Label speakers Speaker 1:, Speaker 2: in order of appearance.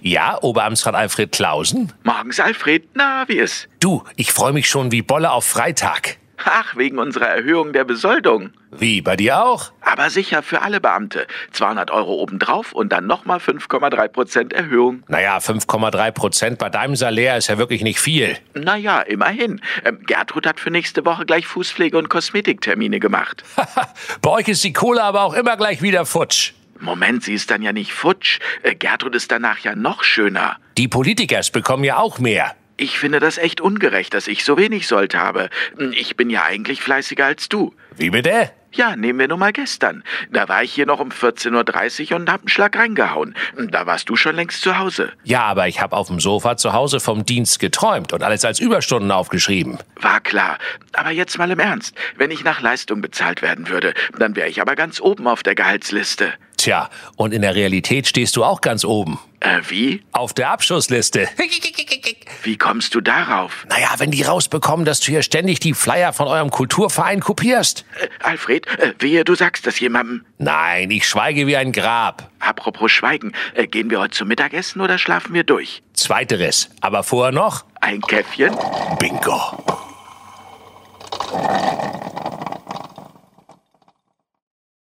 Speaker 1: Ja, Oberamtsrat Alfred Klausen?
Speaker 2: Morgens, Alfred, na, wie ist?
Speaker 1: Du, ich freue mich schon wie Bolle auf Freitag.
Speaker 2: Ach, wegen unserer Erhöhung der Besoldung.
Speaker 1: Wie, bei dir auch?
Speaker 2: Aber sicher für alle Beamte. 200 Euro obendrauf und dann nochmal 5,3 Prozent Erhöhung.
Speaker 1: Naja, 5,3 Prozent bei deinem Salär ist ja wirklich nicht viel.
Speaker 2: Naja, immerhin. Ähm, Gertrud hat für nächste Woche gleich Fußpflege- und Kosmetiktermine gemacht.
Speaker 1: bei euch ist die Kohle aber auch immer gleich wieder futsch.
Speaker 2: Moment, sie ist dann ja nicht futsch. Äh, Gertrud ist danach ja noch schöner.
Speaker 1: Die Politikers bekommen ja auch mehr.
Speaker 2: Ich finde das echt ungerecht, dass ich so wenig Sold habe. Hm, Ich bin ja eigentlich fleißiger als du.
Speaker 1: Wie bitte?
Speaker 2: Ja, nehmen wir nur mal gestern. Da war ich hier noch um 14.30 Uhr und hab einen Schlag reingehauen. Da warst du schon längst zu Hause.
Speaker 1: Ja, aber ich hab auf dem Sofa zu Hause vom Dienst geträumt und alles als Überstunden aufgeschrieben.
Speaker 2: War klar. Aber jetzt mal im Ernst. Wenn ich nach Leistung bezahlt werden würde, dann wäre ich aber ganz oben auf der Gehaltsliste.
Speaker 1: Tja, und in der Realität stehst du auch ganz oben.
Speaker 2: Äh, wie?
Speaker 1: Auf der Abschussliste.
Speaker 2: Wie kommst du darauf?
Speaker 1: Naja, wenn die rausbekommen, dass du hier ständig die Flyer von eurem Kulturverein kopierst.
Speaker 2: Äh, Alfred, äh, wehe, du sagst das jemandem.
Speaker 1: Nein, ich schweige wie ein Grab.
Speaker 2: Apropos Schweigen, äh, gehen wir heute zum Mittagessen oder schlafen wir durch?
Speaker 1: Zweiteres. Aber vorher noch
Speaker 2: Ein Käffchen?
Speaker 1: Bingo.